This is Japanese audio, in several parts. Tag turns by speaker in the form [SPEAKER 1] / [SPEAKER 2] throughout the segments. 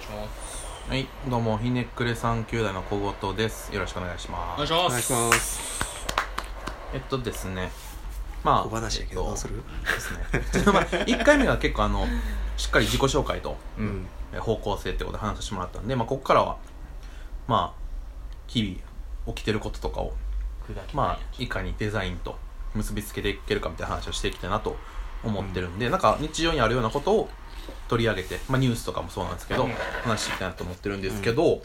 [SPEAKER 1] します
[SPEAKER 2] はい、どうも、ひねくれ三兄弟の小言です。よろしくお願いし
[SPEAKER 1] お
[SPEAKER 2] ま
[SPEAKER 1] 願い
[SPEAKER 2] す。
[SPEAKER 1] します
[SPEAKER 3] お願いします
[SPEAKER 2] えっとですね、まあ、
[SPEAKER 3] 小話やけ
[SPEAKER 2] え
[SPEAKER 3] ど
[SPEAKER 2] っと
[SPEAKER 3] どうする
[SPEAKER 2] ですね。ちょ っとまあ、1回目が結構あ の、しっかり自己紹介と
[SPEAKER 1] う
[SPEAKER 3] うんん
[SPEAKER 2] え方向性ってことで話させてもらったんで、まあ、ここからは、まあ、日々起きてることとかを、まあ、いかにデザインと結びつけていけるかみたいな話をしていきたいなと思ってるんで、なんか日常にあるようなことを取り上げて、まあ、ニュースとかもそうなんですけど、
[SPEAKER 1] うん
[SPEAKER 2] 話していきたいなと思ってるんですけど、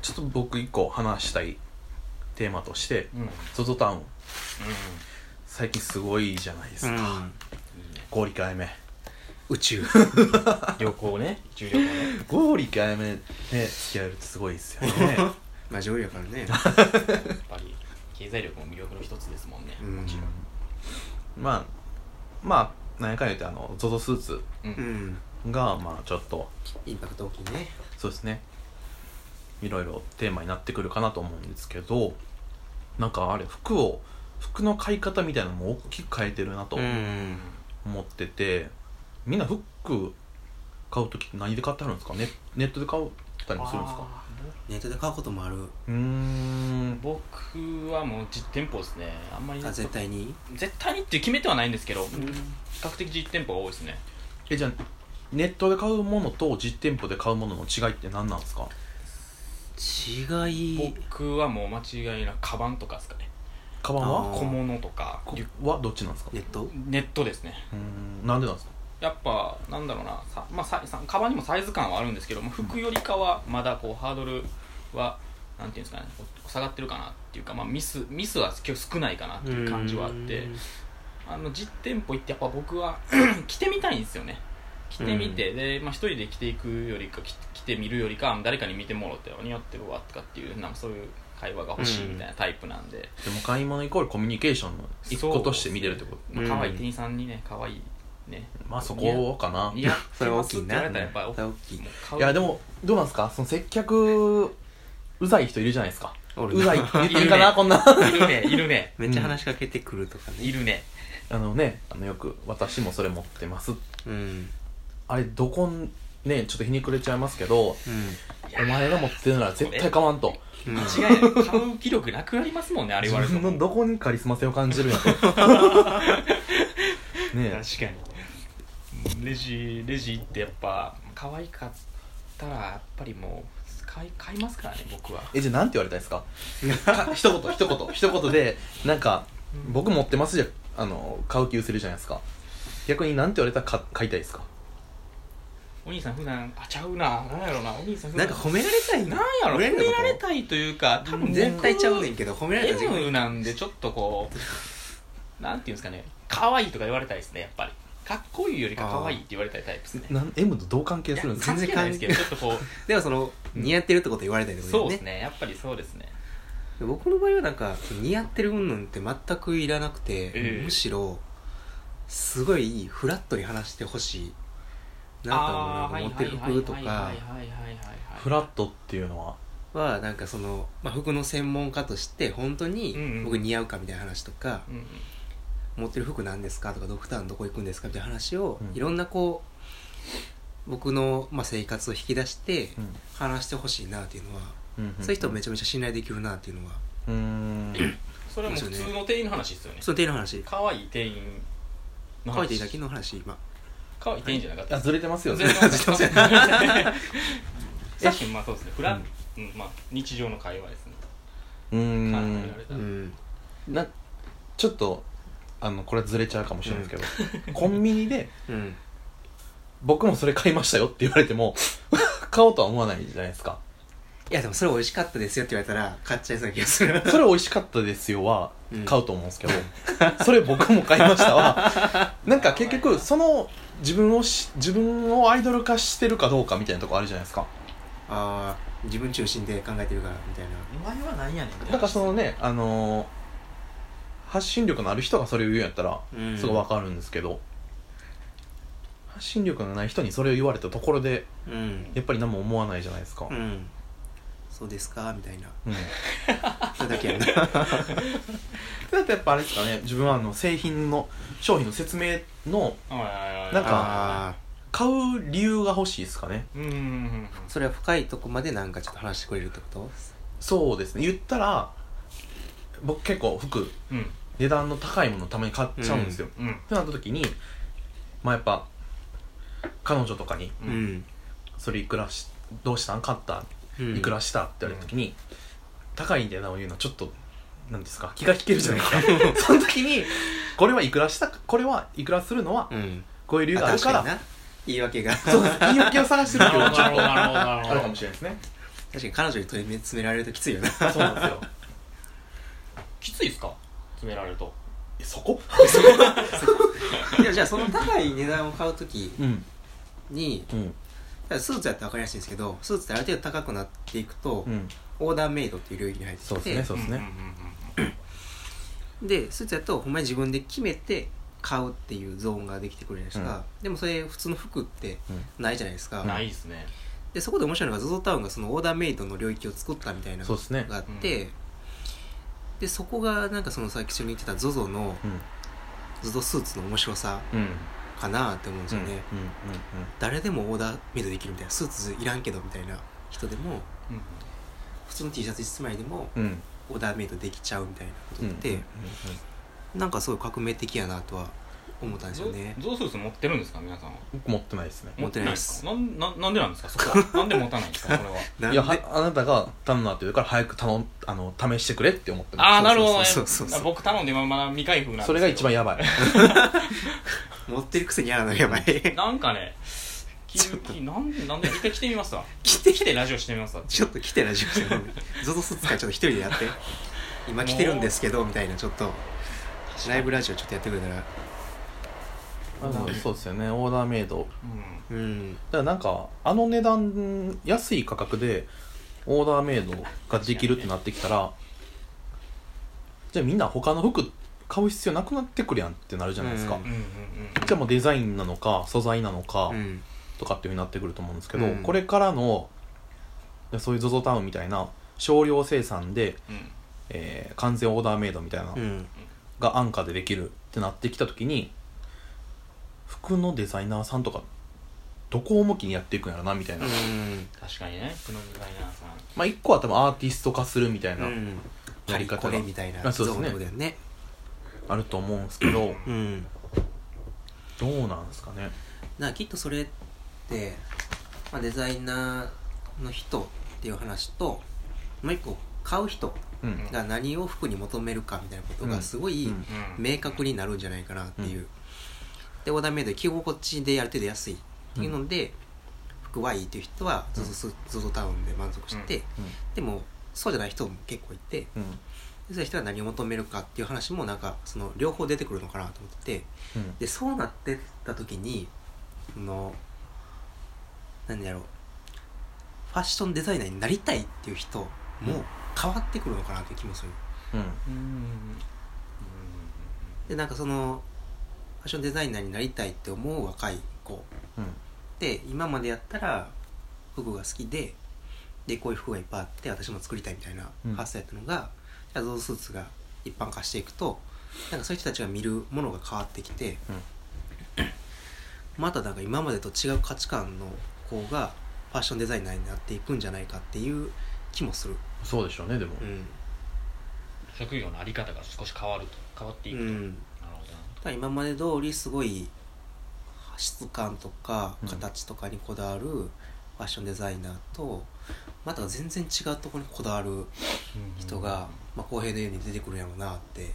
[SPEAKER 2] ちょっと僕一個話したいテーマとして
[SPEAKER 1] うんうん
[SPEAKER 2] ZOZO タウン最近すごいじゃないですか、
[SPEAKER 3] うん
[SPEAKER 2] 合理5回目
[SPEAKER 3] 宇宙
[SPEAKER 1] 旅行ね重旅行ね
[SPEAKER 2] 5理回目で付き合えるってすごいですよね
[SPEAKER 3] まあ上位やから
[SPEAKER 1] や
[SPEAKER 3] ね
[SPEAKER 1] っぱり経済力も魅力の一つですもんね
[SPEAKER 3] うん
[SPEAKER 1] もちろん
[SPEAKER 2] まあまあ何回か言うてあの ZOZO スーツ
[SPEAKER 1] う
[SPEAKER 3] うんん
[SPEAKER 2] がまあちょっと
[SPEAKER 3] インパクト大きいね
[SPEAKER 2] そうですねいろいろテーマになってくるかなと思うんですけどなんかあれ服を服の買い方みたいなのも大きく変えてるなと
[SPEAKER 3] ん
[SPEAKER 2] 思ってて、みんな服買う時って何で買ってあるんですかネネットで買ったりもするんですか
[SPEAKER 1] あ
[SPEAKER 3] ネットで買うこともある
[SPEAKER 2] うーん
[SPEAKER 1] ー僕はもう実店舗ですねあんまり
[SPEAKER 3] あ絶対に
[SPEAKER 1] 絶対にって決めてはないんですけど比較的実店舗が多いですね
[SPEAKER 2] えじゃあネットで買うものと実店舗で買うものの違いって何なんですか
[SPEAKER 3] 違い
[SPEAKER 1] 僕はもう間違いなくカバンとかですかね
[SPEAKER 2] カバン
[SPEAKER 3] あ
[SPEAKER 2] は
[SPEAKER 3] ー
[SPEAKER 1] 小物とか
[SPEAKER 2] こ
[SPEAKER 1] リュッ
[SPEAKER 2] はどっちなんですか
[SPEAKER 3] ネット
[SPEAKER 1] ネットですね
[SPEAKER 2] うーんなんでなんですか
[SPEAKER 1] やっぱなんだろうなさ、まあ、ささカバンにもサイズ感はあるんですけども服よりかはまだこうハードルはなんていうんですかねこう下がってるかなっていうか、まあ、ミスミスは今日少ないかなっていう感じはあってあの実店舗行ってやっぱ僕は 着てみたいんですよね着てみて、で、まあ、一人で着ていくよりか着着てみるよりか誰かに見てもろって似合ってるわとかっていうなんかそういう会話が欲しいみたいなタイプなんで、
[SPEAKER 2] でも買い物イコールコミュニケーションの一個として見てるってこと
[SPEAKER 3] うん
[SPEAKER 1] まあ、可愛い店員さんにね可愛いね
[SPEAKER 2] まあそこかな
[SPEAKER 1] 似合っ
[SPEAKER 3] そ
[SPEAKER 1] て
[SPEAKER 3] れは
[SPEAKER 1] ま
[SPEAKER 3] 大
[SPEAKER 1] す
[SPEAKER 3] き
[SPEAKER 1] っ
[SPEAKER 3] い
[SPEAKER 1] て
[SPEAKER 3] な
[SPEAKER 1] 言われたらやっぱ
[SPEAKER 3] それは大きい
[SPEAKER 1] 買う
[SPEAKER 2] いやでもどうなんですかその接客うざい人いるじゃないですか
[SPEAKER 3] おる
[SPEAKER 2] うざい言っていい か
[SPEAKER 1] いる
[SPEAKER 2] な
[SPEAKER 1] ね
[SPEAKER 2] こんな
[SPEAKER 1] いるねいるね
[SPEAKER 3] めっちゃ話しかけてくるとか
[SPEAKER 1] い
[SPEAKER 3] ね
[SPEAKER 1] るね
[SPEAKER 2] あのねあのよく私もそれ持ってます
[SPEAKER 3] うん
[SPEAKER 2] あれどこんねちょっとひにくれちゃいますけど
[SPEAKER 3] う
[SPEAKER 2] お
[SPEAKER 3] ん
[SPEAKER 2] 前が持ってるなら絶対買わんと
[SPEAKER 3] うん
[SPEAKER 1] 間違いない買う気力なくなりますもんねあれ
[SPEAKER 2] 自
[SPEAKER 1] 言われると
[SPEAKER 2] 分のどこにカリスマ性を感じるんや とねえ
[SPEAKER 1] 確かにレジレジ行ってやっぱ可愛かったらやっぱりもう買い買いますからね僕は
[SPEAKER 2] えじゃあなんて言われたいですかか一言一言一言でなんか
[SPEAKER 1] うん
[SPEAKER 2] 僕持ってますじゃあの買う気うせるじゃないですか逆になんて言われたらか買いたいですか
[SPEAKER 1] お兄さん普段あちゃうななんやろうなお兄さん普
[SPEAKER 3] なん
[SPEAKER 1] 段
[SPEAKER 3] か褒められたい
[SPEAKER 1] なんやろ
[SPEAKER 3] 褒められ
[SPEAKER 1] 褒
[SPEAKER 3] るの
[SPEAKER 1] め
[SPEAKER 3] こと
[SPEAKER 1] られたいというか多分
[SPEAKER 3] 絶対ちゃうねん
[SPEAKER 1] け
[SPEAKER 3] けど褒められた自分
[SPEAKER 1] M なんでちょっとこうなんていうんですかね可愛いとか言われたいですねやっぱりかっこいいよりか可愛いって言われたいタイプですね
[SPEAKER 2] なん M とどう関係するんですか
[SPEAKER 1] いや関係ないですけどちょっとこ
[SPEAKER 3] でもその似合ってるってこと言われたり
[SPEAKER 1] う
[SPEAKER 3] とか
[SPEAKER 1] そう
[SPEAKER 3] ね
[SPEAKER 1] ですねやっぱりそうですね
[SPEAKER 3] 僕の場合はなんか似合ってる云々って全くいらなくて、
[SPEAKER 1] ええ
[SPEAKER 3] むしろすごいフラットに話してほしいなと思うなんか持ってる服とか
[SPEAKER 2] フラットっていうのは
[SPEAKER 3] はなんかその、まあ、服の専門家として本当
[SPEAKER 1] うんう
[SPEAKER 3] に
[SPEAKER 1] ん
[SPEAKER 3] 僕似合うかみたいな話とか、
[SPEAKER 1] うんうん
[SPEAKER 3] 持ってる服なんですかとかドクターのどこ行くんですかみたいな話を、
[SPEAKER 2] うん
[SPEAKER 3] いろんなこう僕のまあ生活を引き出して
[SPEAKER 2] うん
[SPEAKER 3] 話してほしいなっていうのは、
[SPEAKER 2] うん
[SPEAKER 3] そういう人め
[SPEAKER 2] ち
[SPEAKER 3] ちゃめちゃ信頼できるなっていうのは、
[SPEAKER 2] ゃうーん
[SPEAKER 1] それはもう普通の店員の話ですよね
[SPEAKER 3] その手の話
[SPEAKER 1] 可愛い店員の話
[SPEAKER 3] 書いていただけの話今
[SPEAKER 1] 可愛い店員じゃなかった
[SPEAKER 2] あずれてますよね
[SPEAKER 1] 全然わかんないさっきまあそうですねフラうんまあ日常の会話ですね
[SPEAKER 2] うーん
[SPEAKER 1] 考えられた
[SPEAKER 3] う
[SPEAKER 1] ら
[SPEAKER 2] な
[SPEAKER 3] ん
[SPEAKER 2] ちょっとあのこれずれちゃうかもしれないですけど、コンビニで
[SPEAKER 3] うん
[SPEAKER 2] 僕もそれ買いましたよって言われても買おうとは思わないじゃないですか
[SPEAKER 3] いやでもそれ美味しかったですよって言われたら買っちゃいそうな気がす る
[SPEAKER 2] それ美味しかったですよは
[SPEAKER 3] うん
[SPEAKER 2] 買うと思うんですけど、それ僕も買いましたはなんか結局その自分をし自分をアイドル化してるかどうかみたいなとこあるじゃないですか
[SPEAKER 3] ああ自分中心で考えてるからみたいな
[SPEAKER 1] お前は何やねん
[SPEAKER 2] だからそのねあのー発信力のある人がそれを言うんやったら
[SPEAKER 3] うん
[SPEAKER 2] すごいわかるんですけど、発信力のない人にそれを言われたところで
[SPEAKER 3] うん
[SPEAKER 2] やっぱり何も思わないじゃないですか、
[SPEAKER 3] う、んそうですかみたいな
[SPEAKER 2] うん
[SPEAKER 3] それだけ やな
[SPEAKER 2] だってやっぱあれですかね自分はあの製品の商品の説明の
[SPEAKER 1] なん
[SPEAKER 2] なんか
[SPEAKER 3] あ
[SPEAKER 2] 買う理由が欲しいですかね
[SPEAKER 1] うんうんうんうん
[SPEAKER 3] それは深いとこまでなんかちょっと話してくれるってこと
[SPEAKER 2] そうですね言ったら僕結構服
[SPEAKER 1] うん
[SPEAKER 2] 値段の高いものたまに買っちゃうんですよ、
[SPEAKER 1] うんうん
[SPEAKER 2] ってなった時にまあやっぱ彼女とかに
[SPEAKER 1] う
[SPEAKER 3] うんん
[SPEAKER 2] 「それいくらしどうしたん買った
[SPEAKER 3] うん
[SPEAKER 2] い くらした?」って言われた時に、高い値段を言うのはちょっとなんですか気が引けるじゃないですかその時にこれはいくらしたこれはいくらするのは
[SPEAKER 3] うん
[SPEAKER 2] こういう理由がある
[SPEAKER 3] 確
[SPEAKER 2] か
[SPEAKER 3] からにな言い訳 が
[SPEAKER 2] そうです言い訳を探してる
[SPEAKER 1] な
[SPEAKER 2] っていうの
[SPEAKER 1] る
[SPEAKER 2] は
[SPEAKER 1] ほ
[SPEAKER 2] ち
[SPEAKER 1] ど
[SPEAKER 2] ょ
[SPEAKER 1] な
[SPEAKER 2] っ
[SPEAKER 1] るほどなるほどなるほ
[SPEAKER 2] とある
[SPEAKER 1] ど
[SPEAKER 2] かもしれないですね
[SPEAKER 3] 確かに彼女に問い詰められるときつ いよな
[SPEAKER 2] そうなんですよ
[SPEAKER 1] きついですか詰められると
[SPEAKER 2] えそこ
[SPEAKER 3] いやじゃあその高い値段を買うとき
[SPEAKER 2] うん
[SPEAKER 3] に
[SPEAKER 2] うん
[SPEAKER 3] ただスーツやったら分かりやすいんですけどスーツってある程度高くなっていくと、
[SPEAKER 2] うん
[SPEAKER 3] オーダーメイドっていう領域に入ってきて
[SPEAKER 2] そうですねそうですね、
[SPEAKER 1] んん
[SPEAKER 3] でスーツやとほんまに自分で決めて買うっていうゾーンができてくるじゃないですか、でもそれ普通の服ってないじゃないですか、
[SPEAKER 1] うんうんないですね
[SPEAKER 3] でそこで面白いのが ZOZO タウンがそのオーダーメイドの領域を作ったみたいな
[SPEAKER 2] そ
[SPEAKER 3] の
[SPEAKER 2] うですね
[SPEAKER 3] があって、でそこがなんかそのさっき一緒に言ってた ZOZO の
[SPEAKER 2] うん
[SPEAKER 3] ZOZO スーツの面白さ
[SPEAKER 2] うん
[SPEAKER 3] かなって思うんです
[SPEAKER 2] うんう
[SPEAKER 3] よ
[SPEAKER 2] ん
[SPEAKER 3] ね、
[SPEAKER 2] うんうん
[SPEAKER 3] 誰でもオーダーメイドできるみたいなスーツいらんけどみたいな人でも
[SPEAKER 1] うん
[SPEAKER 3] 普通の T シャツ1枚でも
[SPEAKER 2] うん
[SPEAKER 3] オーダーメイドできちゃうみたいなこと
[SPEAKER 2] う
[SPEAKER 3] っ
[SPEAKER 2] ん
[SPEAKER 3] て、なんかすごい革命的やなとは思ったんですよね
[SPEAKER 1] ゾゾウスーツ持ってるんですか皆さんは
[SPEAKER 2] 僕持ってないですね
[SPEAKER 3] 持ってないです
[SPEAKER 1] 持ってないですかなんななんでなんですかそ こはなんで持たないんですかそれは
[SPEAKER 3] な
[SPEAKER 2] い
[SPEAKER 3] んで
[SPEAKER 2] やはあなたが頼むなって言うから早く頼んあの試してくれって思ってます
[SPEAKER 1] ああなるほどね
[SPEAKER 3] そうそうそうそう
[SPEAKER 1] 僕頼んでままだ未開封なんです
[SPEAKER 2] それが一番
[SPEAKER 1] や
[SPEAKER 2] やばい
[SPEAKER 3] 持ってるくせにやらないやばい
[SPEAKER 1] なんかねききなんなんで一回来てみ ますわ
[SPEAKER 3] 来て
[SPEAKER 1] 来てラジオしてみますわ
[SPEAKER 3] ちょっと来てラジオさんゾゾスーツからちょっと一人でやって今来てるんですけどみたいなちょっとライブラジオちょっとやってくれたら
[SPEAKER 2] あのそうですよねオーダーメイド
[SPEAKER 1] うん
[SPEAKER 3] うん
[SPEAKER 2] だからなんかあの値段安い価格でオーダーメイドができるってなってきたらじゃあみんな他の服買う必要なくなってくるやんってなるじゃないですか、
[SPEAKER 3] うん
[SPEAKER 1] うんうんうん
[SPEAKER 2] じゃあもうデザインなのか素材なのか
[SPEAKER 3] うん
[SPEAKER 2] とかっていうふうになってくると思うんですけど、
[SPEAKER 3] うん
[SPEAKER 2] これからのそういう ZOZO タウンみたいな少量生産で、
[SPEAKER 1] うん
[SPEAKER 2] えー完全オーダーメイドみたいな、
[SPEAKER 3] うん
[SPEAKER 2] が安価でできるってなってきた時に服のデザイナーさんとかどこを向きにやっていくんやろなみたいな、
[SPEAKER 3] うん
[SPEAKER 1] 確かにねプロデザイナーさん
[SPEAKER 2] まあ一個は多分アーティスト化するみたいな、
[SPEAKER 3] うんパリコレみたいな
[SPEAKER 2] あ
[SPEAKER 3] ゾ
[SPEAKER 2] そうですね
[SPEAKER 3] ーンのとこだよね
[SPEAKER 2] あると思うんですけど
[SPEAKER 3] うん
[SPEAKER 2] どうなんですかね
[SPEAKER 3] だからきっとそれって、まあ、デザイナーの人っていう話ともう一個買う人
[SPEAKER 2] うん
[SPEAKER 1] ん
[SPEAKER 3] が何を服に求めるかみたいなこと
[SPEAKER 2] う
[SPEAKER 3] が
[SPEAKER 2] ん
[SPEAKER 3] すごい、
[SPEAKER 2] うん
[SPEAKER 1] うん
[SPEAKER 3] 明確になるんじゃないかなっていう、
[SPEAKER 2] う
[SPEAKER 3] でオーダーメイドで着心地である程度安いっていうので、服はいいっていう人は ZOZO タウンで満足して、でもそうじゃない人も結構いてで
[SPEAKER 2] うん
[SPEAKER 3] そういう人は何を求めるかっていう話もなんかその両方出てくるのかなと思ってて
[SPEAKER 2] うん
[SPEAKER 3] でそうなってった時にその何やろうファッションデザイナーになりたいっていう人も変わってくるのかなっていう気もする。
[SPEAKER 2] うん
[SPEAKER 1] うんうん
[SPEAKER 3] でなんかそのファッションデザイナーになりたいって思う若い子
[SPEAKER 2] うん
[SPEAKER 3] で今までやったら服が好きででこういう服がいっぱいあって私も作りたいみたいな
[SPEAKER 2] うん
[SPEAKER 3] 発想やったのが、じゃあゾウスーツが一般化していくとなんかそういう人たちが見るものが変わってきて、またなんか今までと違う価値観の子がファッションデザイナーになっていくんじゃないかっていう気もする。
[SPEAKER 2] そうでしょうねでも、
[SPEAKER 3] うん
[SPEAKER 1] 職業のあり方が少し変わると変わっていく
[SPEAKER 3] う
[SPEAKER 1] となる
[SPEAKER 3] ん
[SPEAKER 1] ほどな
[SPEAKER 3] ただ今まで通りすごい質感とか
[SPEAKER 2] うん
[SPEAKER 3] 形とかにこだわるファッションデザイナーとまた全然違うところにこだわる人が、まあ、公平のように出てくるんやろうなって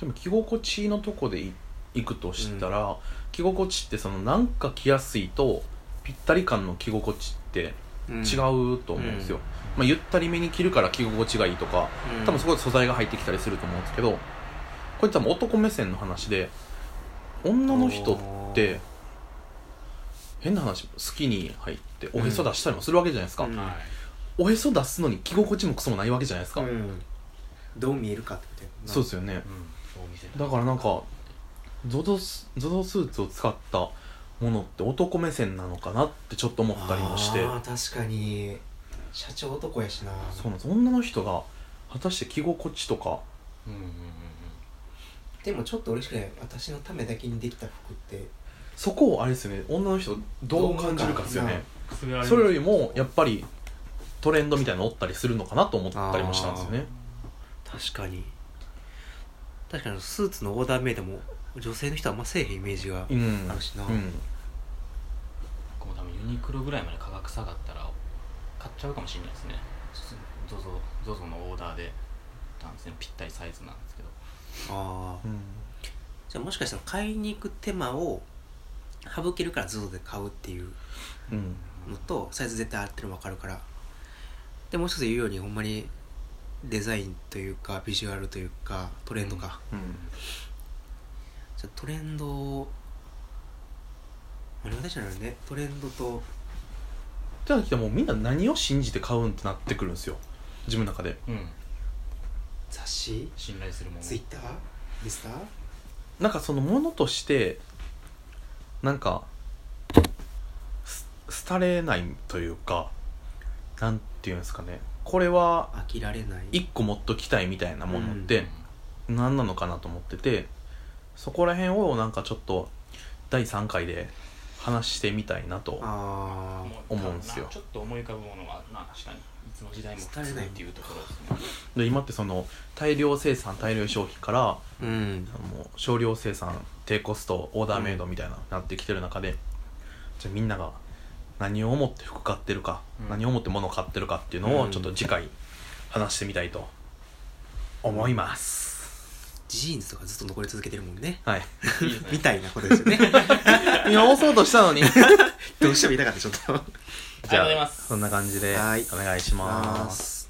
[SPEAKER 2] でも着心地のとこでいいくとしたら、着心地ってそのなんか着やすいとぴったり感の着心地って違うと思うんですよ、
[SPEAKER 3] うん
[SPEAKER 2] まあ、ゆったりめに着るから着心地がいいとか多分そ
[SPEAKER 3] こ
[SPEAKER 2] こで素材が入ってきたりすると思うんですけどこれ多分男目線の話で女の人って変な話スキニー入っておへそ出したりもするわけじゃないですか、
[SPEAKER 3] うん
[SPEAKER 1] はい
[SPEAKER 2] おへそ出すのに着心地もクソもないわけじゃないですか、
[SPEAKER 3] どう見えるかってことやもんな
[SPEAKER 2] そうですよね
[SPEAKER 1] うんそう見せた
[SPEAKER 2] だからなんか ZOZO ス ZOZO スーツを使ったものって男目線なのかなってちょっと思ったりもして
[SPEAKER 3] あー確かに社長男やしな
[SPEAKER 2] そうなんです女の人が果たして着心地とか
[SPEAKER 1] うんうんうんうん
[SPEAKER 3] でもちょっと俺しかない私のためだけにできた服って
[SPEAKER 2] そこをあれですよね女の人どう感じるかですよね
[SPEAKER 1] それはあります
[SPEAKER 2] それよりもやっぱりトレンドみたいなのおったりするのかなと思ったりもしたんですよね
[SPEAKER 3] 確かに確かにスーツのオーダーメイドも女性の人はあんませえへんイメージが、
[SPEAKER 2] うん
[SPEAKER 3] あるしな
[SPEAKER 2] うん
[SPEAKER 1] 僕も多分ユニクロぐらいまで価格下がったら買っちゃうかもしれないですね ZOZO ZOZO のオーダーで男性のぴったりサイズなんですけど
[SPEAKER 3] ああ
[SPEAKER 2] うん
[SPEAKER 3] じゃあもしかしたら買いに行く手間を省けるから ZOZO で買うっていう
[SPEAKER 2] うん
[SPEAKER 3] のとサイズ絶対合ってるの分かるからでもう一つ言うようにほんまにデザインというかビジュアルというかトレンドか、
[SPEAKER 2] うん
[SPEAKER 3] じゃあトレンドをあれ私なのねトレンドと
[SPEAKER 2] じゃなくてもうみんな何を信じて買うんってなってくるんですよ自分の中で
[SPEAKER 1] うん
[SPEAKER 3] 雑誌
[SPEAKER 1] 信頼するもの
[SPEAKER 3] ツイッターインスタ
[SPEAKER 2] なんかそのものとしてなんかす廃れないというかなんていうんですかねこれは
[SPEAKER 3] 飽きられない
[SPEAKER 2] 一個持っときたいみたいなものって何なのかなと思っててそこら辺をなんかちょっと第3回で話してみたいなと
[SPEAKER 3] あ
[SPEAKER 2] 思うんですよ
[SPEAKER 1] ちょっと思い浮かぶものがな確かにいつの時代も普通っていうところですね
[SPEAKER 2] で今ってその大量生産大量消費から
[SPEAKER 3] あうん
[SPEAKER 2] もう少量生産低コストオーダーメイドみたいな、なってきてる中でじゃあみんなが何を思って服買ってるか、
[SPEAKER 1] うん
[SPEAKER 2] 何を思って物を買ってるかっていうの
[SPEAKER 3] う
[SPEAKER 2] を
[SPEAKER 3] ん
[SPEAKER 2] ちょっと次回話してみたいと思います、
[SPEAKER 3] ジーンズとかずっと残り続けてるもんね
[SPEAKER 2] はい
[SPEAKER 1] いいですね
[SPEAKER 3] みたいなことですよね
[SPEAKER 2] 直そうとしたの に
[SPEAKER 3] どうしても言いたかったちょっと
[SPEAKER 1] ありがとうございます
[SPEAKER 2] そんな感じで
[SPEAKER 3] はい
[SPEAKER 2] お願いします
[SPEAKER 3] す